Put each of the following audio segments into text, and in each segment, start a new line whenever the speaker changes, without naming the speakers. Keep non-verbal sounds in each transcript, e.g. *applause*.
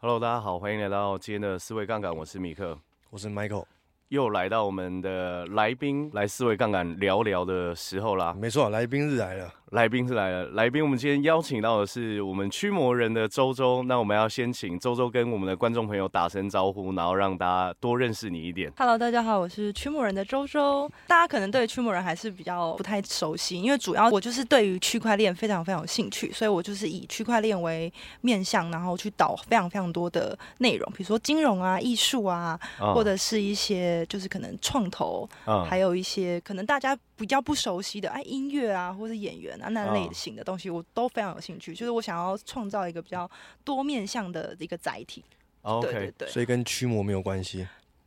Hello，大家好，欢迎来到今天的思维杠杆，我是米克，
我是 Michael，
又来到我们的来宾来思维杠杆聊聊的时候啦。
没错，来宾日来了，
来宾是来了，来宾我们今天邀请到的是我们驱魔人的周周，那我们要先请周周跟我们的观众朋友打声招呼，然后让大家多认识你一点。
Hello，大家好，我是驱魔人的周周。大家可能对驱魔人还是比较不太熟悉，因为主要我就是对于区块链非常非常有兴趣，所以我就是以区块链为面向，然后去导非常非常多的内容，比如说金融啊、艺术啊，
啊
或者是一些就是可能创投，
嗯
还有一些可能大家比较不熟悉的哎音乐啊，或是演员啊那类
嗯
型的东西，我都非常有兴趣。就是我想要创造一个比较多面向的一个载体。对对
哦，OK，
对。
所以跟驱魔没有关系。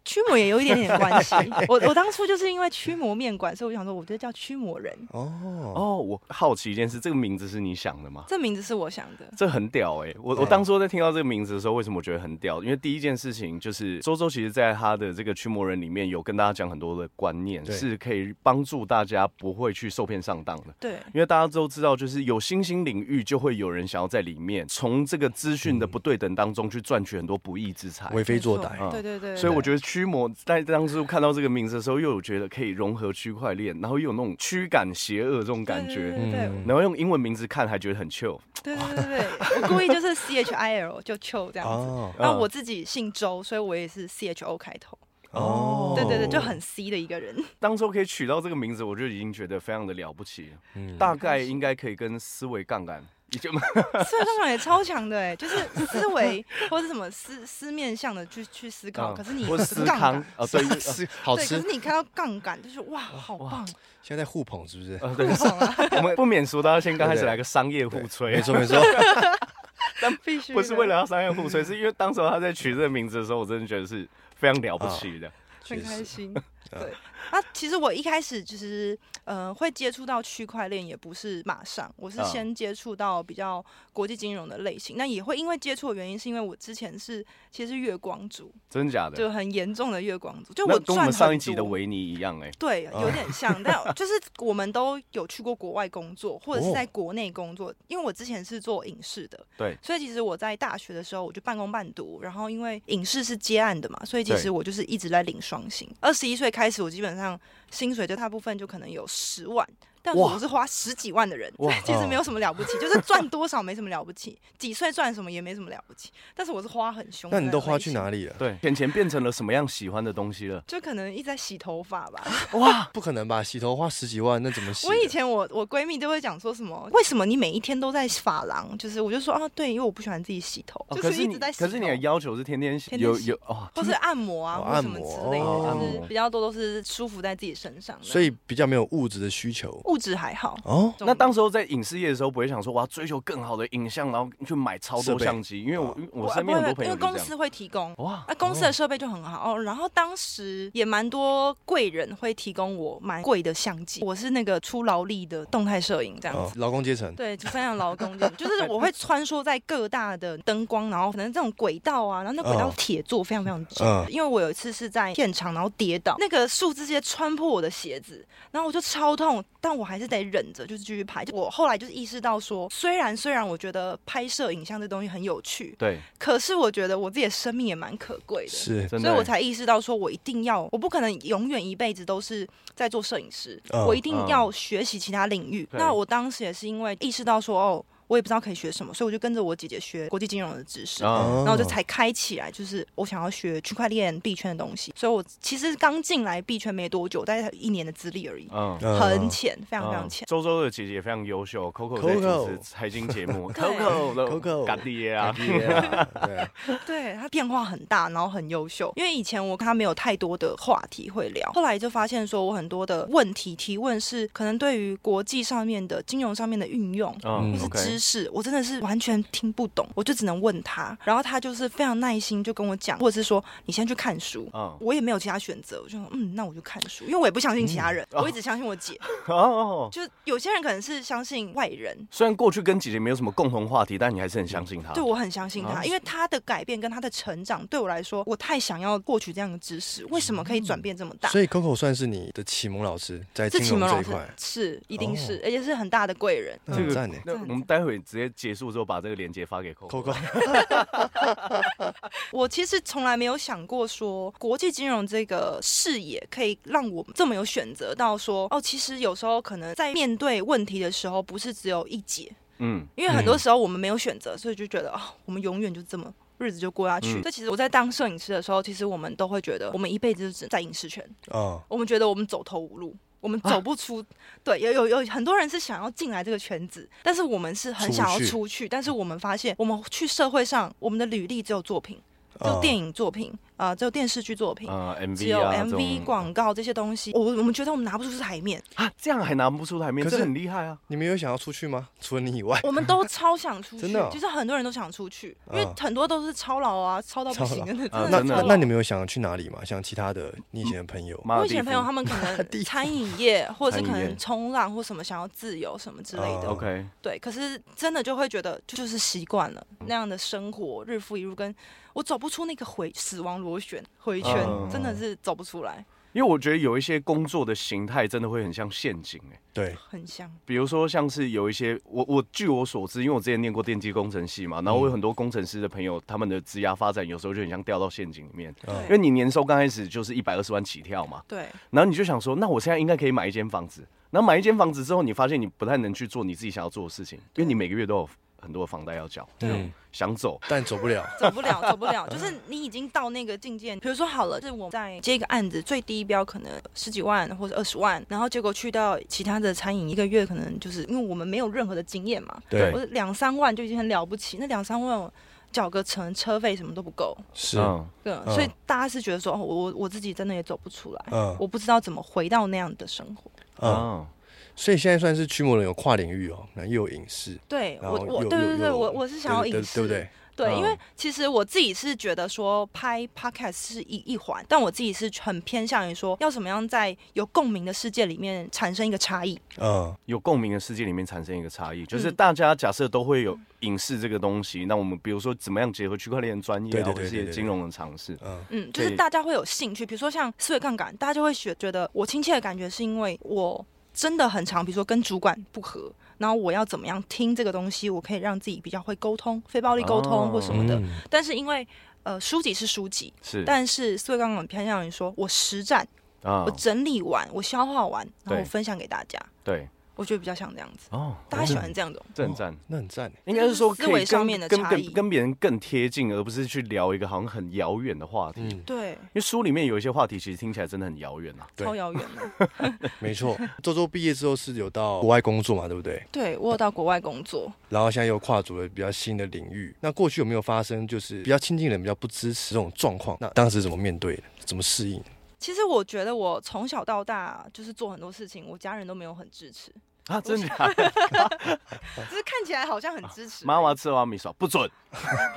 驱魔也有一点点关系。我我当初就是因为驱魔面馆，所以我想说，我就叫驱魔人，
哦，
哦，我好奇一件事，这个名字是你想的吗？
这名字是我想的。
这很屌哎、我我
对
当初在听到这个名字的时候，为什么我觉得很屌？因为第一件事情就是周周其实在他的这个驱魔人里面有跟大家讲很多的观念，
对
是可以帮助大家不会去受骗上当的。
对
因为大家都知道，就是有新兴领域，就会有人想要在里面从这个资讯
嗯
的不对等当中去赚取很多不义之财。
为非作
没
歹，
错对对对，
所以我觉得驱魔在当初看到这个名字的时候，又有觉得可以融合区块链，然后又有那种驱赶邪恶这种感觉，
对对
嗯
然后用英文名字看还觉得很 chill。
对对对对，我故意就是 C H I L 就 Q 嗯这样子。
哦
然后我自己姓周，所以我也是 C H O 开头，
哦，
对对对，就很 C 的一个人。
当初可以取到这个名字，我就已经觉得非常的了不起了，
嗯
大概应该可以跟思维杠杆。已
*laughs*
经
思维上场也超强的哎，就是思维或是什么思思面向的去去思考，
嗯
哦
可是你
或思
杠
康
杆，
啊，
*laughs*
对，
是哦呃好
对，可
吃
是。你看到杠杆就是哇，好棒，
现在在互捧是不是？
呃，对，
好棒啊，
我们不免俗，大家先刚开始来个商业互吹
没，错没错，
必
*laughs*
须
不是
的
为了要商业互吹，是因为当时候他在取这个名字的时候，我真的觉得是非常了不起的。
很
确
开
实
心。对，
啊
那、其实我一开始其实呃会接触到区块链也不是马上，我是
嗯
先接触到比较国际金融的类型。那也会因为接触的原因，是因为我之前是其实是月光族，
真的假的？
就很严重的月光族，就
那
我
跟我
赚
们上
很
一集的
多
维尼一样、哎，
对，
哦
有点像，但就是我们都有去过国外工作，或者
哦
是在国内工作。因为我之前是做影视的，
对
所以其实我在大学的时候我就半工半读，然后因为影视是接案的嘛，所以其
对
实我就是一直在领双薪。二十一岁开始，我基本上薪水就大部分就可能有十万。但是
哇
我是花十几万的人，所以其
哦
实没有什么了不起，就是赚多少没什么了不起，几岁赚什么也没什么了不起。但是我是花很凶。
那你都花去？哪里了？
对，钱钱变成了什么样喜欢的东西了？
就可能一直在洗头发吧，
不可能吧？洗头花十几万，那怎么洗的？
我以前我我闺蜜都会讲说什么，为什么你每一天都在发廊？就是我就说啊，对，因为我不喜欢自己洗头，
哦
就
可是
一
你
直在洗头。
可是你的要求是天天洗，
天天
有
洗
有哦，
或是按摩啊，
哦
或者什么之类的，
按摩
哦
就是比较多都是舒服在自己身上的。
所以比较没有物质的需求
物质还好。
哦。
那当时候在影视业的时候，不会想说我要追求更好的影像，然后去买超
设
多
备
相机，因为我我
不
身边很多
哦啊
朋
不会因
友就
为公
这样。哦
司会提供。
哇，
啊，公司的设备就很好哦，然后当时也蛮多贵人会提供我蛮贵的相机，我是那个出劳力的动态摄影这样子。
哦，劳工阶层，
对，就非常劳工阶级，就是我会穿梭在各大的灯光，然后可能这种轨道啊，然后那轨道
嗯
铁做非常非常重。
嗯
因为我有一次是在现场，然后跌倒，那个树枝直接穿破我的鞋子，然后我就超痛，但我还是得忍着，就是继续拍。就我后来就是意识到说，虽然虽然我觉得拍摄影像这东西很有趣，
对，
可是我觉得我自己的生命也蛮可贵的。
是
真的
所
欸，
以我才意识到，说我一定要，我不可能永远一辈子都是在做摄影师，
嗯
我一定要学习其他领域。
对
那我当时也是因为意识到说，哦，我也不知道可以学什么，所以我就跟着我姐姐学国际金融的知识。
啊，
哦
然后就才开起来，就是我想要学区块链、币圈的东西，所以我其实刚进来币圈没多久，大概一年的资历而已，
嗯，
嗯
很浅，非常非
嗯
常浅。
周周的姐姐非常优秀，Coco 在
Coco
主持财经节
*laughs*
目
对
，Coco 的
Coco
干爹
哎
啊，
Yeah，
对他变化很大，然后很优秀。因为以前我跟他没有太多的话题会聊，后来就发现说我很多的问题提问是可能对于国际上面的金融上面的运用。
嗯
或是
，OK，
知识我真的是完全听不懂，我就只能问他，然后他就是非常耐心，就跟我讲，或者是说你先去看书，
嗯，
我也没有其他选择，我就说嗯，那我就看书，因为我也不相信其他人，我一直相信我姐，
哦，
就有些人可能是相信外人，
虽然过去跟姐姐没有什么共同话题，但你还是很相信她。
对我很相信
啊
哦
他，因为他的改变跟他的成长对我来说，我太想要获取这样的知识，为什么可以转变这么 *laughs* 大？
嗯所以 Coco 算是你的启蒙老师，在
是
金
启
融
蒙
这
老
一
师
块，
是一定
哦嗯
是，而且是很大的贵人。
那
这
很
个
赞呢。欸
那我们待会会直接结束之后把这个链接发给 Coco。
Coco，
我其实从来没有想过说国际金融这个视野可以让我们这么有选择到说哦，其实有时候可能在面对问题的时候，不是只有一解，
嗯，
因为很多时候我们没有选择，所以就觉得哦，我们永远就这么。日子就过下去。
嗯
这、其实我在当摄影师的时候，其实我们都会觉得，我们一辈子就只在影视圈，
哦，
我们觉得我们走投无路，我们走不出。
啊
对，有有有很多人是想要进来这个圈子，但是我们是很想要
出
出
去
去，但是我们发现，我们去社会上，我们的履历只有作品，只有
哦
电影作品，啊、只有电视剧作品。
呃
只
，MV
有
啊这种
MV 广告这些东西，我我们觉得我们拿不出台
*laughs*
面，
啊，这样还拿不出台面，
可是
这很厉害啊。
你们有想要出去吗？除了你以外，
我们都超想出去，
真的哦
其实很多人都想出去，
啊
因为很多都是超老啊，超到不
超
行
老
的，呃真
啊
的
那
超
那
老。
那你们有想去哪里吗？像其他的你以前的朋友，
马尔
我以
地
前朋友
夫
他们可
*laughs* 地夫
能餐饮业，或者是可
餐饮业
能冲浪或什么想要自由什么之类的，
哦
OK，
对，可是真的就会觉得就是习惯了那样的生活，日复一日，跟我走不出那个回死亡螺旋回圈，
嗯
真的是走不出来，
因为我觉得有一些工作的形态真的会很像陷阱哎、
对，
很像。
比如说像是有一些我我据我所知，因为我之前念过电机工程系嘛，然
嗯
后我有很多工程师的朋友，他们的职涯发展有时候就很像掉到陷阱里面。
嗯
因为
对
你年收刚开始就是一百二十万起跳嘛，
对，
然后你就想说，那我现在应该可以买一间房子。然后买一间房子之后，你发现你不太能去做你自己想要做的事情，因为你每个月都有很多的房贷要缴，
对
嗯，
想走，
但走不了，
走不了，走不了，就是你已经到那个境界。比如说好了，就是我在接一个案子，最低标可能十几万或者二十万，然后结果去到其他的餐饮，一个月可能就是因为我们没有任何的经验嘛，
对
我两三万就已经很了不起，那两三万我缴个乘车费什么都不够，
是，
嗯
对，
嗯
所以大家是觉得说，哦，我我我自己真的也走不出来，
嗯
我不知道怎么回到那样的生活。
嗯，
嗯，
所以现在算是驱魔人有跨领域哦，那又有影视，
对
然
我
后
我
又
对
又
对对，
又
我我是想要
对对
影视，
对不对？
对
嗯
因为其实我自己是觉得说拍 podcast 是一一环，但我自己是很偏向于说要怎么样在有共鸣的世界里面产生一个差异。
嗯，
有共鸣的世界里面产生一个差异，
嗯
就是大家假设都会有影视这个东西，那我们比如说怎么样结合区块链的专业
对
啊，
对对
或者是
对
一些
对对
金融的尝试，
嗯，
嗯，就是
对
大家会有兴趣，比如说像思维杠杆，大家就会学觉得我亲切的感觉是因为我真的很常，比如说跟主管不合，然后我要怎么样听这个东西，我可以让自己比较会沟通，非暴力沟通
哦
或什么的。
嗯
但是因为呃书籍是书籍，
是
但是思维杠杆偏向于说我实战，
啊
我，整理完，我消化完，然后
对
我分享给大家，
对，
我觉得比较像这样子，
哦，
大家喜欢这样的。
这很赞。
那很赞，欸
应该是说可以
哦思维
跟
上面的
跟
差异
跟跟别人更贴近，而不是去聊一个好像很遥远的话题。
嗯，
对，
因为书里面有一些话题，其实听起来真的很遥远啊。
对
超遥远
*laughs*
的。
没错。周周毕业之后是有到国外工作嘛，对不对？
对我有到国外工作，
然后现在又跨足了比较新的领域。那过去有没有发生就是比较亲近的人比较不支持这种状况？那当时怎么面对的？怎么适应？
其实我觉得我从小到大就是做很多事情，我家人都没有很支持，
啊，真的假的？
只是看起来好像很支持。
哦啊妈妈吃完米少不
*laughs*
准，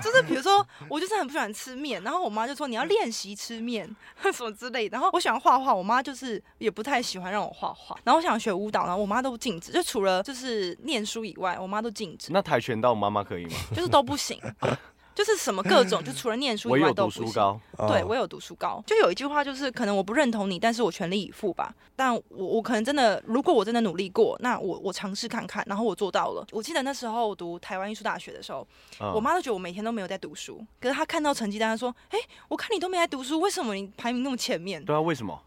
就是比如说，我就是很不喜欢吃面，然后我妈就说你要练习吃面 *laughs* 什么之类的。然后我想画画，我妈就是也不太喜欢让我画画。然后我想学舞蹈，然后我妈都禁止，就除了就是念书以外，我妈都禁止，
那跆拳道妈妈可以吗？
就是都不行， *laughs* 就是什么各种，就除了念书
我
以外
有
都
读
不行
书。高，
哦
对我有读书高，就有一句话就是，可能我不认同你，但是我全力以赴吧。但我我可能真的，如果我真的努力过，那我我尝试看看，然后我做到了。我记得那时候我读台湾艺术大学的时候，
嗯
我妈都觉得我每天都没有在读书，可是她看到成绩单，她说：“哎、我看你都没在读书，为什么你排名那么前面？
对啊，为什么？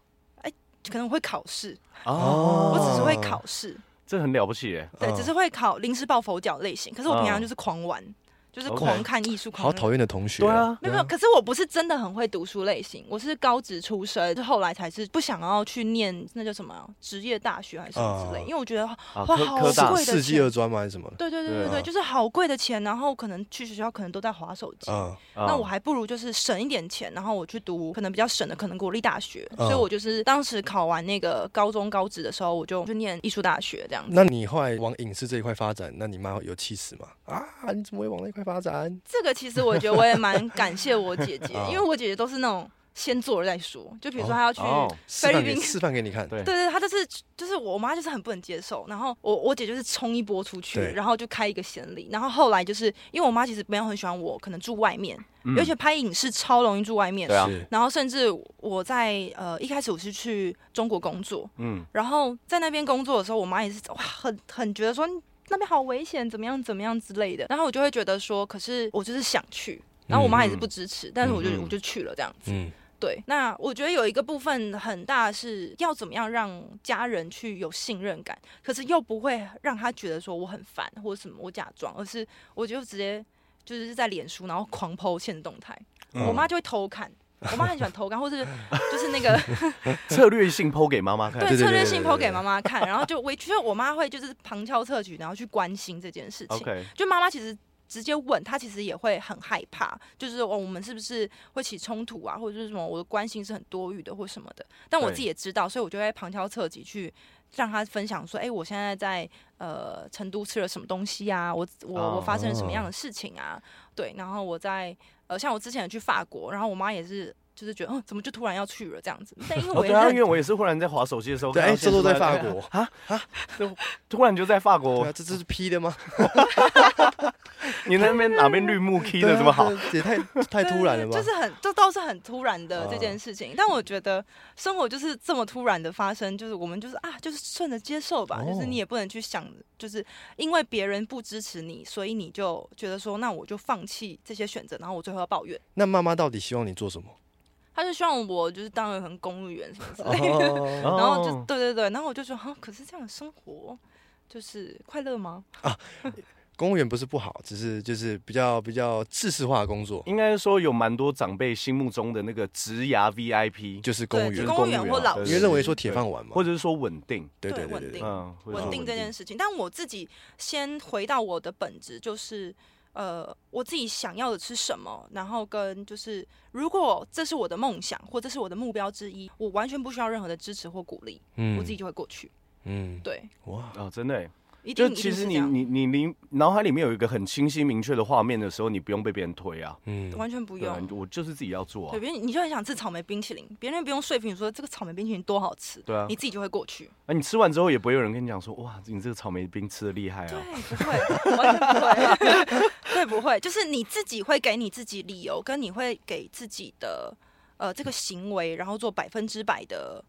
可能我会考试，
哦，嗯
我只是会考试，
这很了不起耶。
对，
嗯
只是会考临时抱佛脚类型。可是我平
嗯
常就是狂玩，就是
，OK
狂看艺术，狂
好讨厌的同学、
对啊，
没有没有，可是我不是真的很会读书类型，我是高职出身，就后来才是不想要去念那叫什么啊职业大学还是什么之类，
啊
因为我觉得
啊，
哇
科
好
科
对
大
哦贵的
四季
钱
二专吗？还是什么？
对对对对
对
对，
啊
就是好贵的钱，然后可能去学校可能都在划手机。
嗯，
那我
啊
还不如就是省一点钱，然后我去读可能比较省的，可能国立大学。
啊
嗯
所以我就是当时考完那个高中高职的时候，我就去念艺术大学这样子。
那你后来往影视这一块发展，那你妈有气死吗？啊，你怎么会往那一块发展？
这个其实我觉得我也蛮感谢我姐
*laughs*
姐
哦，
因为我姐姐都是那种先做了再说，就比如说
哦
她要去
啊哦，
示范
菲律
给
宾
示范给你看。
对
对对，他就是就是我妈就是很不能接受，然后我我姐就是冲一波出去，
对
然后就开一个先例，然后后来就是因为我妈其实没有很喜欢我，可能住外面，
嗯
而且拍影视超容易住外面
对。啊，
是，
然后甚至我在呃一开始我是去中国工作，
嗯，
然后在那边工作的时候，我妈也是哇很很觉得说那边好危险，怎么样怎么样之类的。然后我就会觉得说，可是我就是想去，然后我妈也是不支持，但是我就
嗯嗯
我就去了这样子。
嗯，
对，那我觉得有一个部分很大是要怎么样让家人去有信任感，可是又不会让他觉得说我很烦或者什么，我假装，而是我就直接就是在脸书然后狂剖现实动态，
嗯
我妈就会偷看。我妈很喜欢偷看，或是就是那个
策略性剖给妈妈看。
对
对对
策略
对
性
对
剖
对
给妈妈看，然后就我觉得我妈会就是旁敲侧击，然后去关心这件事情。
OK，
就妈妈其实直接问她，其实也会很害怕，就是哦，我们是不是会起冲突啊，或者是什么？我的关心是很多余的，或什么的。但我
对
自己也知道，所以我就会旁敲侧击去让她分享说，哎、我现在在呃成都吃了什么东西啊，我我
哦
我发生了什么样的事情啊？对，然后我在呃，像我之前有去法国，然后我妈也是。就是觉得，嗯，怎么就突然要去了这样子？但因为
哦
我也
对
是
啊，因
很
为我也是忽然在划手机的时候
对
看到
哎
现
这
实
都在
动态
法国
啊啊，就突然就在法
对
国
啊，，这这是 P 的吗？
你那边哪边绿幕 key 的这么好？
对啊，这也太太突然了吧？嗯
对对对 *laughs* 就是很这倒是很突然的这件事情。但我觉得生活就是这么突然的发生，就是我们就是啊，就是顺着接受吧，
哦
就是你也不能去想，就是因为别人不支持你，所以你就觉得说，那我就放弃这些选择，然后我最后要抱怨。
那妈妈到底希望你做什么？
他就希望我就是当一个公务员什么之类的，
哦，
哦
*laughs* 然后就对对对，然后我就说，哈、啊可是这样的生活就是快乐吗？
公务员不是不好，只是就是比较比较制式化的工作，
应该说有蛮多长辈心目中的那个职涯 VIP，
就是公
对，
务员，
公务员或老
对
因
师，
为认为说铁饭碗嘛，
或者是说稳定，
对
对
对对
稳
对
定
对，
嗯，或者是
稳定这件事情。但我自己先回到我的本质，就是呃，我自己想要的是什么，然后跟就是如果这是我的梦想或这是我的目标之一，我完全不需要任何的支持或鼓励，
嗯
我自己就会过去。
嗯，
对，
哇，
哦，真的耶，
一定
就
一
其
定
实
是这
你
样，
你你你脑海里面有一个很清晰明确的画面的时候，你不用被别人推啊，
嗯，
完全不
对啊
用。，
我就是自己要做啊
对，，别人你就很想吃草莓冰淇淋，别人不用说服你说这个草莓冰淇淋多好吃，
对啊
你，自己就会过去。
啊，你吃完之后也不会有人跟你讲说，哇，你这个草莓冰吃的厉害
对
啊，，
不会，完全不会，对，不会，就是你自己会给你自己理由，跟你会给自己的呃这个行为，然后做百分之百的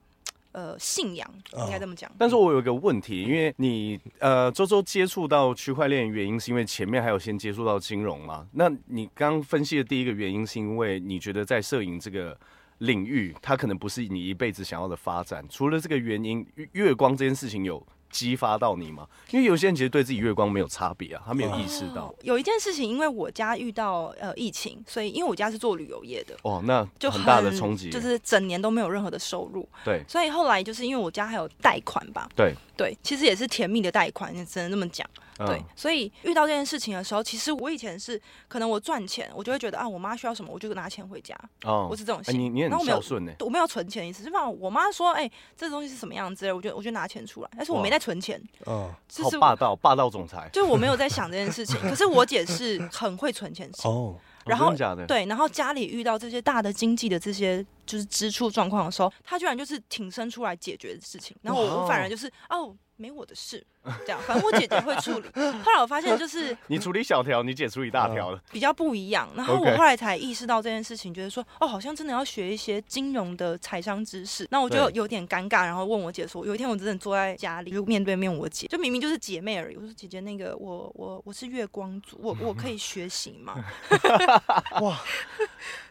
呃信仰，
啊
应该这么讲。
但是我有一个问题，因为你呃，周周接触到区块链的原因是因为前面还有先接触到金融嘛？那你刚分析的第一个原因是因为你觉得在摄影这个领域，它可能不是你一辈子想要的发展。除了这个原因，月月光这件事情有激发到你吗？因为有些人其实对自己月光没有差别啊，他没有意识到
哦。有一件事情，因为我家遇到呃疫情，所以因为我家是做旅游业的，
哦，那
就
很大的冲击，
就是整年都没有任何的收入，
对
所以后来就是因为我家还有贷款吧，
对，
对，其实也是甜蜜的贷款，只能这么讲。
嗯
对，所以遇到这件事情的时候，其实我以前是可能我赚钱，我就会觉得啊，我妈需要什么，我就拿钱回家，
哦
我是这种
哎
心。
你你
然后
很
我没有
孝顺呢、欸
我没有存钱的意思，是吧？我妈说，哎、这东西是什么样子？我就我就拿钱出来，但是我
哇
没在存钱，
嗯，
就
好
是
霸道，霸道总裁。
就是我没有在想这件事情。可是我姐是很会存钱型，
哦，
然
哦
后
真的假的？
对，然后家里遇到这些大的经济的这些就是支出状况的时候，她居然就是挺身出来解决事情，然后
哇
我
哦
我反而就是哦，没我的事，这样，反正我姐姐会处理。后来我发现就是。
你处理小条，你姐处理大条了。
比较不一样。然后
OK
我后来才意识到这件事情，觉得说，哦，好像真的要学一些金融的财商知识。那我就
对
有点尴尬，然后问我姐说，有一天我真的坐在家里，就面对面我姐，就明明就是姐妹而已。我说姐姐，那个我我我是月光族，我我可以学习吗？
*laughs*
哇，
*laughs*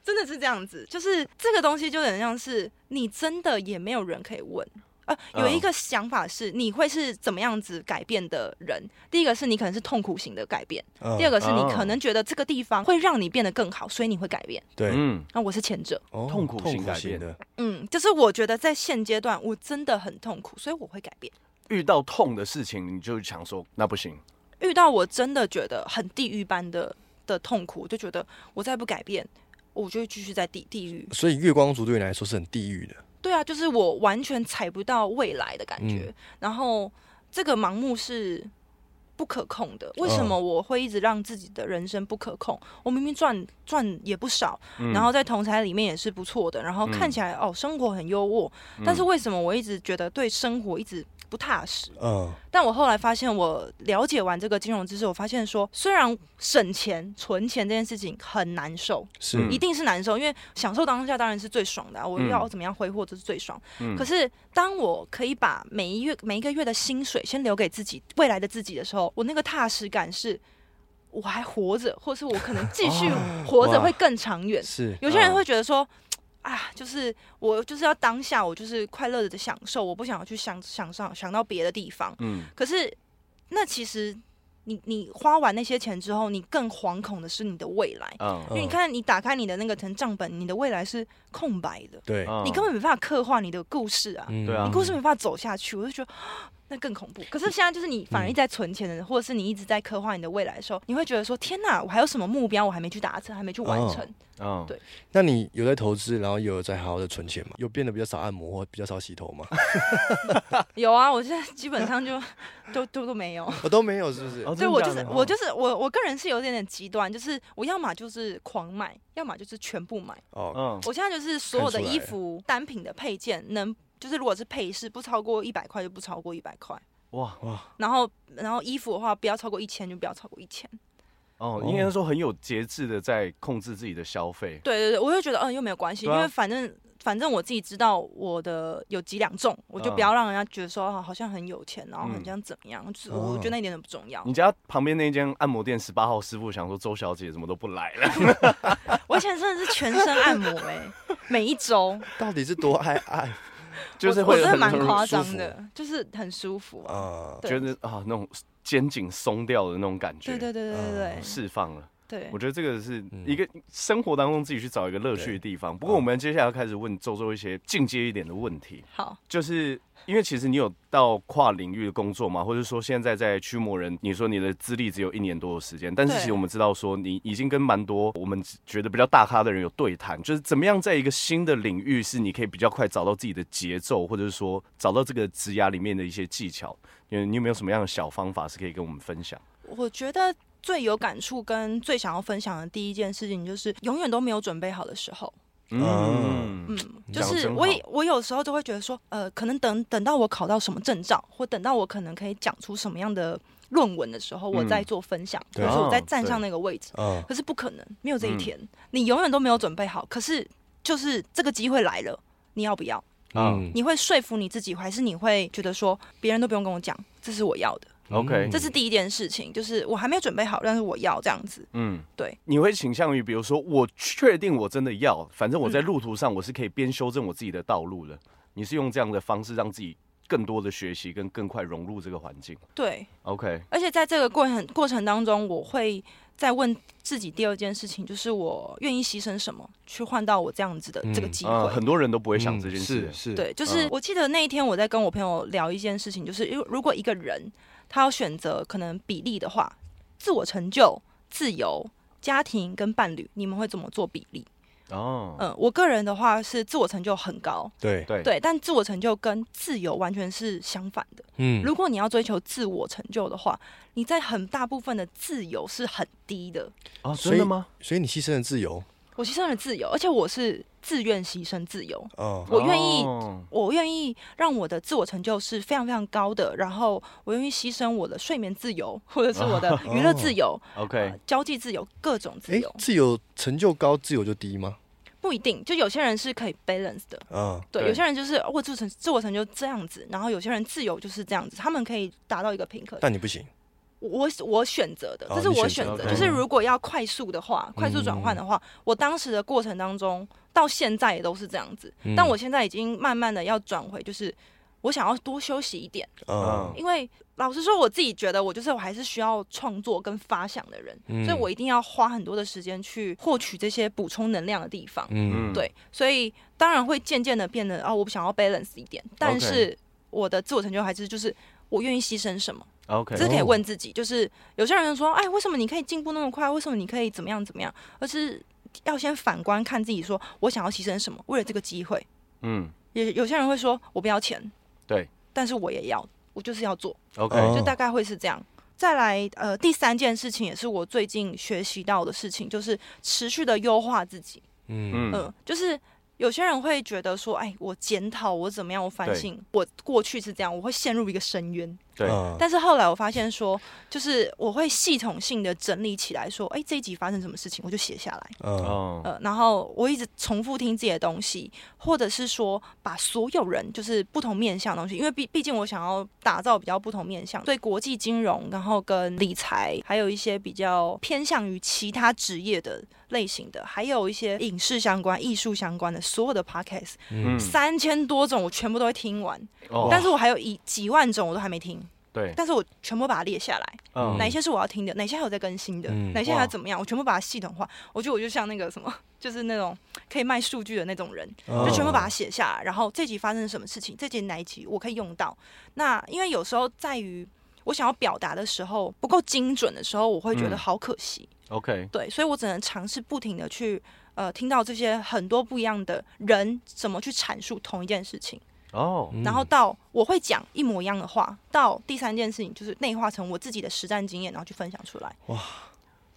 真的是这样子，就是这个东西就很像是你真的也没有人可以问。呃，有一
嗯
个想法是，你会是怎么样子改变的人？第一个是你可能是痛苦型的改变，
嗯
第二个是你
哦
可能觉得这个地方会让你变得更好，所以你会改变。
对，
嗯，
那我是前者，
哦
痛苦型
痛苦
改变
型的，
嗯，就是我觉得在现阶段我真的很痛苦，所以我会改变。
遇到痛的事情，你就想说那不行，
遇到我真的觉得很地狱般的的痛苦，我就觉得我再不改变，我就会继续在地地狱。
所以月光族对你来说是很地狱的，
对啊，就是我完全踩不到未来的感觉，
嗯
然后这个盲目是不可控的。为什么
嗯
我会一直让自己的人生不可控？我明明赚赚也不少，
嗯
然后在同财里面也是
嗯
不错的，然后看起来、哦生活很优渥，但是为什么我一直觉得对生活一直？不踏实。
嗯，
但我后来发现，我了解完这个金融知识，我发现说，虽然省钱、存钱这件事情很难受，
是，
嗯
一定是难受，因为享受当下当然是最爽的、啊，我
嗯
要怎么样挥霍这是最爽。
嗯
可是当我可以把每一月每一个月的薪水先留给自己未来的自己的时候，我那个踏实感是我还活着，或是我可能继续活着
哦哇
会更长远。
是，
有些人
嗯
会觉得说。啊，就是我就是要当下，我就是快乐的享受，我不想要去想想上想到别的地方。
嗯
可是，那其实你你花完那些钱之后，你更惶恐的是你的未来，
嗯
因为你
嗯
看你打开你的那个成账本，你的未来是空白的，
对，
嗯
你根本没办法刻画你的故事啊，
嗯
对啊
你故事没办法走下去，我就觉得。 *gasps* 啊那更恐怖。可是现在就是你反
嗯
而一直在存钱的人，或者是你一直在刻画你的未来的时候，你会觉得说：天哪，我还有什么目标我还没去达成，还没去完
哦
成？
嗯，
对
那你有在投资，然后也有在好好的存钱吗？有变得比较少按摩或比较少洗头
*laughs*
吗？
有啊，我现在基本上就 *laughs* 都都都没有。
我都没有，是不是？
哦
对我就是我就是是我我个人是有点点极端，就是我要么就是狂买，要么就是全部买。
哦，
嗯
我现在就是所有的
看出来
衣服单品的配件能。就是如果是配饰，不超过一百块就不超过一百块，
哇
然后然后衣服的话不要超过一千就不要超过一千。
哦
哦，
应该说很有节制的在控制自己的消费。
对对对，我就觉得嗯又没有关系，
对啊
因为反正反正我自己知道我的有几两重，我就
嗯
不要让人家觉得说啊好像很有钱，然后
嗯
很像怎么样，就是
哦
我觉得那一点都不重要。
你家旁边那间按摩店十八号师傅想说周小姐怎么都不来了，
*laughs*
*laughs*
我以前真的是全身按摩哎、每一周
到底是多爱爱
*laughs* 就是
我我
会
真的
很
蛮
很
夸
舒
张
服
的，就是很舒服啊。
啊？
对
觉得啊那种肩颈松掉的那种感觉，
对对对对对
释放了。
对
我
对，
觉得这个是
嗯
一个生活当中自己去找一个乐趣的地方。不过我们接下来要开始问周周一些进阶一点的问题，
好，
就是因为其实你有到跨领域的工作嘛，或者说现在在驱魔人，你说你的资历只有一年多的时间，但是
对
其实我们知道说你已经跟蛮多我们觉得比较大咖的人有对谈，就是怎么样在一个新的领域是你可以比较快找到自己的节奏，或者是说找到这个职涯里面的一些技巧。你你有没有什么样的小方法是可以跟我们分享？
我觉得最有感触跟最想要分享的第一件事情，就是永远都没有准备好的时候。
嗯
嗯，就
讲得
是
真
我也
好
我有时候都会觉得说，呃，可能等等到我考到什么证照，或等到我可能可以讲出什么样的论文的时候，我
嗯
再做分享，或
对
者是我再
哦
站上
对
那个位置。
嗯，
可是不可能，没有这一
嗯
天，你永远都没有准备好。可是就是这个机会来了，你要不要？
嗯
你会说服你自己，还是你会觉得说别人都不用跟我讲，这是我要的？
OK 嗯
这是第一件事情，就是我还没有准备好，但是我要这样子。
嗯，
对，
你会倾向于，比如说，我确定我真的要，反正我
嗯
在路途上我是可以边修正我自己的道路的。你是用这样的方式让自己更多的学习，跟更快融入这个环境。
对，
OK，
而且在这个过程过程当中，我会再问自己第二件事情，就是我愿意牺牲什么去换到我这样子的这个
嗯
机会。
啊、很多人都不会想这件
嗯
事
是。是，
对，就是
嗯
我记得那一天我在跟我朋友聊一件事情，就是如如果一个人他要选择可能比例的话，自我成就、自由、家庭跟伴侣，你们会怎么做比例？
哦，
嗯，我个人的话是自我成就很高，
对，
对，
对，但自我成就跟自由完全是相反的。
嗯，
如果你要追求自我成就的话，你在很大部分的自由是很低的。
哦，
所
真
以
的吗？
所以你牺牲了自由，
我牺牲了自由，而且我是自愿牺牲自由，
哦，
我愿意
哦
我愿意让我的自我成就是非常非常高的，然后我愿意牺牲我的睡眠自由， *laughs* 或者是我的娱乐自由、
OK，
呃交际自由、各种自
哎
由，，
自由成就高，自由就低吗？
不一定。就有些人是可以 balance 的，
啊，
对，
对
有些人就是哦我自我成自我成就这样子，然后有些人自由就是这样子，他们可以达到一个平衡。
但你不行，
我我选择的，
哦
这是我选
你选
择，
择
就是
，OK 嗯
如果要快速的话，快速转换的话，我当时的过程当中到现在也都是这样子，
嗯
但我现在已经慢慢的要转回，就是我想要多休息一点。
啊，
因为老实说，我自己觉得我就是我还是需要创作跟发想的人，
嗯
所以我一定要花很多的时间去获取这些补充能量的地方。
嗯，
对，所以当然会渐渐的变得哦，我想要 balance 一点，但是我的自我成就还是就是。我愿意牺牲什么？
，OK，
呃这可以问自己。就是有些人说，哎，为什么你可以进步那么快？为什么你可以怎么样怎么样？而是要先反观看自己说我想要牺牲什么？为了这个机会，
嗯
也有些人会说，我不要钱，
对，
但是我也要，我就是要做。
，OK，
哦
就大概会是这样。再来，呃，第三件事情也是我最近学习到的事情，就是持续的优化自己。
嗯
嗯
嗯、就是有些人会觉得说，哎，我检讨我怎么样，我反
对
省，我过去是这样，我会陷入一个深渊。
对，哦
嗯
但是后来我发现说，就是我会系统性的整理起来，说，哎，这一集发生什么事情，我就写下来。
嗯
哦，
呃，然后我一直重复听自己的东西，或者是说把所有人就是不同面向的东西，因为毕毕竟我想要打造比较不同面向，对国际金融，然后跟理财，还有一些比较偏向于其他职业的类型的，还有一些影视相关、艺术相关的所有的 podcast，
嗯
嗯，
三千多种我全部都会听完，
哦
但是我还有一几万种我都还没听，
对，
但是我全部把它列下来。
嗯
哪一些是我要听的，哪些还有在更新的，
嗯
哪些还
哇
要怎么样，我全部把它系统化。我觉得我就像那个什么， *laughs* 就是那种可以卖数据的那种人，
就
嗯
就全部
嗯
把它写下来。然后这集发生什么事情，这集哪一集我可以用到。那因为有时候在于我想要表达的时候不够精准的时候，我会觉得
嗯
好可惜。
，OK，
对，所以我只能尝试不停的去呃听到这些很多不一样的人怎么去阐述同一件事情。
哦，
嗯
然后到我会讲一模一样的话，到第三件事情就是内化成我自己的实战经验，然后去分享出来。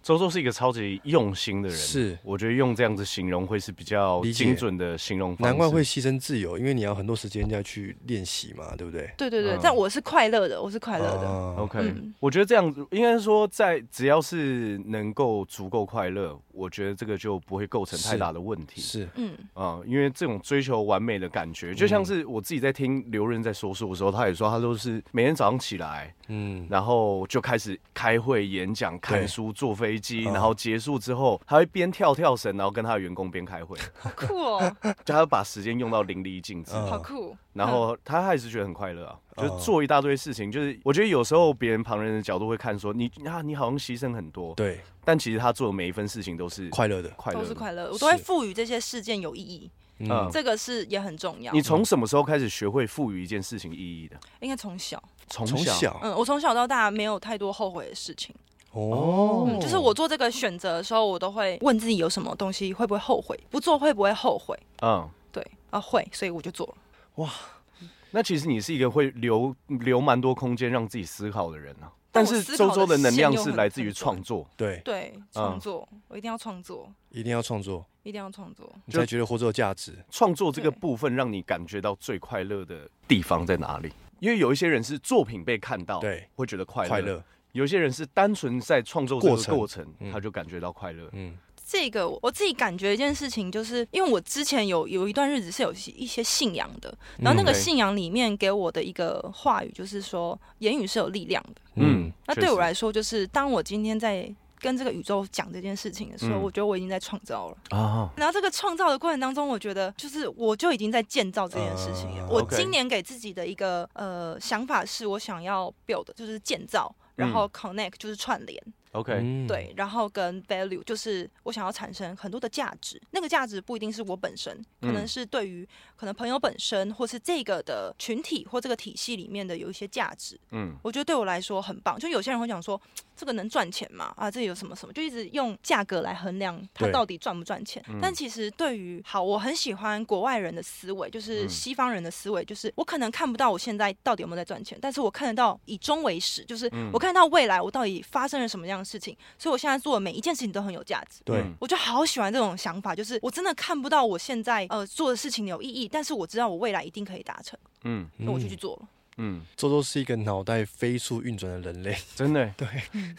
周周是一个超级用心的人，
是
我觉得用这样子形容会是比较
理解
精准的形容方式，
难怪会牺牲自由，因为你要很多时间要去练习嘛，对不对？
对对对，
嗯
但我是快乐的，我是快乐的。
啊
OK，、
嗯
我觉得这样子应该说，在只要是能够足够快乐，我觉得这个就不会构成太
是
大的问题
是
嗯，
啊、因为这种追求完美的感觉，就像是我自己在听刘润在说书的时候，他也说他都是每天早上起来，
嗯，
然后就开始开会、演讲、看
对
书、坐飞机，
嗯
然后结束之后，他会边跳跳绳，然后跟他的员工边开
*laughs*
会，
好酷哦，
就他把时间用到淋漓尽致。
嗯
好酷。哦
然后
嗯
他还是觉得很快乐啊，
嗯
就是做一大堆事情，就是我觉得有时候别人旁人的角度会看说你啊你好像牺牲很多，
对，
但其实他做的每一份事情都是
快乐的，
快乐
都
的，
是快乐，我
是
都会赋予这些事件有意义，
嗯
嗯，
这个是也很重要
你。从什么时候开始学会赋予一件事情意义的？
应该从小，
从
从小
嗯，我从小到大没有太多后悔的事情，
哦
嗯，就是我做这个选择的时候，我都会问自己有什么东西会不会后悔，不做会不会后悔？
嗯，
对啊，会，所以我就做了。
嗯
那其实你是一个会留留蛮多空间让自己思考的人啊。但
但我
是
思考
周周
的
的能量
线又
是
很
来自于
很多
创作，
对，
对，创作，我一定要创作，
一定要创作，
一定要创作。
你
就
才觉得活着有价值。
创作这个
对
部分让你感觉到最快乐的地方在哪里？因为有一些人是作品被看到，
对，
会觉得哦快乐，
快乐，
有些人是单纯在创作这个
过程
过程，
嗯
他就感觉到快乐。
嗯，
这个我我自己感觉一件事情，就是因为我之前有有一段日子是有一些信仰的，然后那个
对
信仰里面给我的一个话语就是说，言语是有力量的。
嗯，
那对
确
我
实
来说，就是当我今天在跟这个宇宙讲这件事情的时候，
嗯
我觉得我已经在创造了。
啊，
然后这个创造的过程当中，我觉得就是我就已经在建造这件事情了。
啊
我
OK
今年给自己的一个呃想法是，我想要 build 就是建造，然
嗯
后 connect 就是串联。
OK，、
嗯，
对，然后跟 value 就是我想要产生很多的价值，那个价值不一定是我本身，可能
嗯
是对于可能朋友本身，或是这个的群体或这个体系里面的有一些价值。
嗯，
我觉得对我来说很棒。就有些人会讲说，这个能赚钱吗？啊，这有什么什么，就一直用价格来衡量它
对
到底赚不赚钱。
嗯
但其实对于好，我很喜欢国外人的思维，就是
嗯
西方人的思维，就是我可能看不到我现在到底有没有在赚钱，但是我看得到以终为始，就是
嗯
我看得到未来我到底发生了什么样的事情，所以我现在做的每一件事情都很有价值。
对
嗯
我就好喜欢这种想法，就是我真的看不到我现在呃做的事情有意义，但是我知道我未来一定可以达成，
嗯
那我就
嗯
去做了。
嗯，
周周是一个脑袋飞速运转的人类， *laughs*
真的对。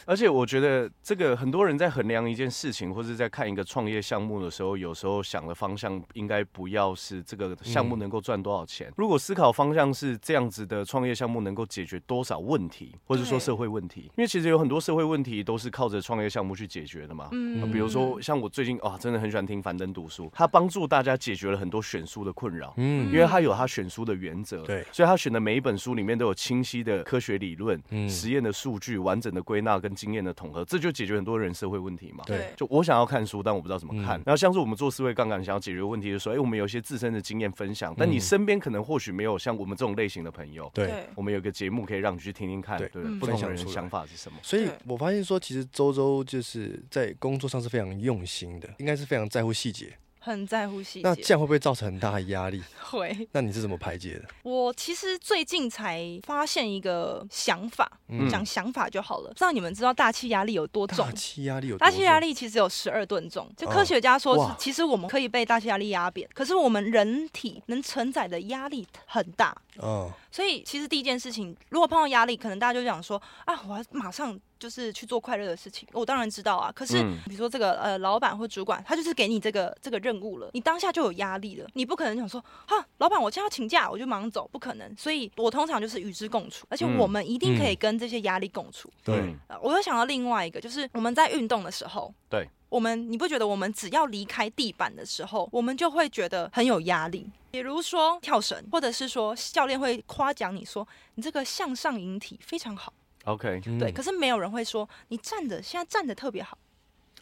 而且我觉得这个很多人在衡量一件事情，或是在看一个创业项目的时候，有时候想的方向应该不要是这个项目
嗯
能够赚多少钱。如果思考方向是这样子的，创业项目能够解决多少问题，或者说
对
社会问题，因为其实有很多社会问题都是靠着创业项目去解决的嘛。
嗯
呃比如说，像我最近啊，真的很喜欢听樊登读书，他帮助大家解决了很多选书的困扰。
嗯
因为他有他选书的原则，
对
所以他选的每一本书里面都有清晰的科学理论、
嗯
实验的数据、完整的归纳跟经验的统合，这就解决很多人社会问题嘛。
对
对，
就我想要看书，但我不知道怎么看。
嗯
然后像是我们做思维杠杆，想要解决问题，就是说，哎、我们有一些自身的经验分享，但你
嗯
身边可能或许没有像我们这种类型的朋友。
对。
我们有个节目可以让你去听听看，
对
对不对
嗯
不同
分享
人的
出来
想法是什么。
所以
对
我发现说，其实周周就是在工作上是非常用心的，应该是非常在乎细节。
很在乎细
那
节。
这样会不会造成很大的压
*laughs*
力？
会，
那你是怎么排解的？
我其实最近才发现一个想法，
嗯
讲想法就好了。不知道你们知道大气压力有多重
大？气压力有多
大气压
重
力其实有十二吨重，就
哦
科学家说是
哇，
其实我们可以被大气压力压扁，可是我们人体能承载的压力很大，
哦，
所以其实第一件事情，如果碰到压力，可能大家就想说啊，我要马上就是去做快乐的事情。我当然知道啊，可是
嗯
比如说这个呃老板或主管，他就是给你这个这个任务了，你当下就有压力了，你不可能想说啊，老板我今天要请假，我就马上走，不可能。所以我通常就是与之共处，而且
嗯
我们一定可以跟这些压力共处。
对，
嗯
呃我又想到另外一个，就是我们在运动的时候，
对。
我们，你不觉得我们只要离开地板的时候，我们就会觉得很有压力？比如说跳绳，或者是说教练会夸奖你说你这个向上引体非常好，
，OK，
嗯
对。可是没有人会说你站着现在站得特别好，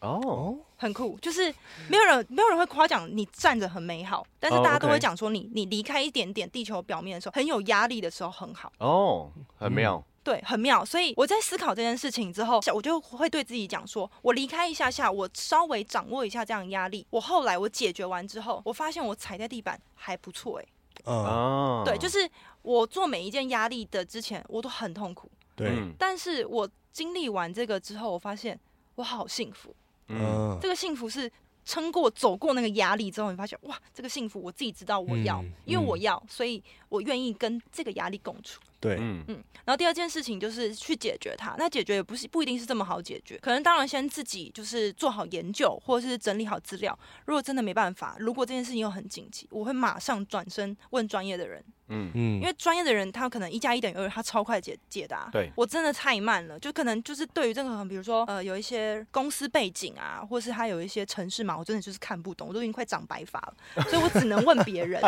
哦，
哦，
很酷，就是没有人没有人会夸奖你站着很美好，但是
哦
大家都会
OK
讲说你你离开一点点地球表面的时候很有压力的时候很好。
哦，很妙，
对，很妙。所以我在思考这件事情之后，我就会对自己讲说，我离开一下下，我稍微掌握一下这样的压力。我后来我解决完之后，我发现我踩在地板还不错、欸，
啊，
啊，
对，就是我做每一件压力的之前，我都很痛苦，
对，
嗯
但是我经历完这个之后，我发现我好幸福。
嗯
嗯，
这个幸福是撑过、走过那个压力之后，你发现哇，这个幸福我自己知道我要，
嗯
因为我
嗯
要，所以我愿意跟这个压力共处。
对，
嗯
然后第二件事情就是去解决它。那解决也不是不一定是这么好解决，可能当然先自己就是做好研究，或者是整理好资料。如果真的没办法，如果这件事情又很紧急，我会马上转身问专业的人，
嗯，
嗯
因为专业的人他可能一加一等于二，他超快解解答。
对
我真的太慢了，就可能就是对于这个，比如说呃，有一些公司背景啊，或是他有一些城市嘛，我真的就是看不懂，我都已经快长白发
*laughs*
了，所以我只能问别人。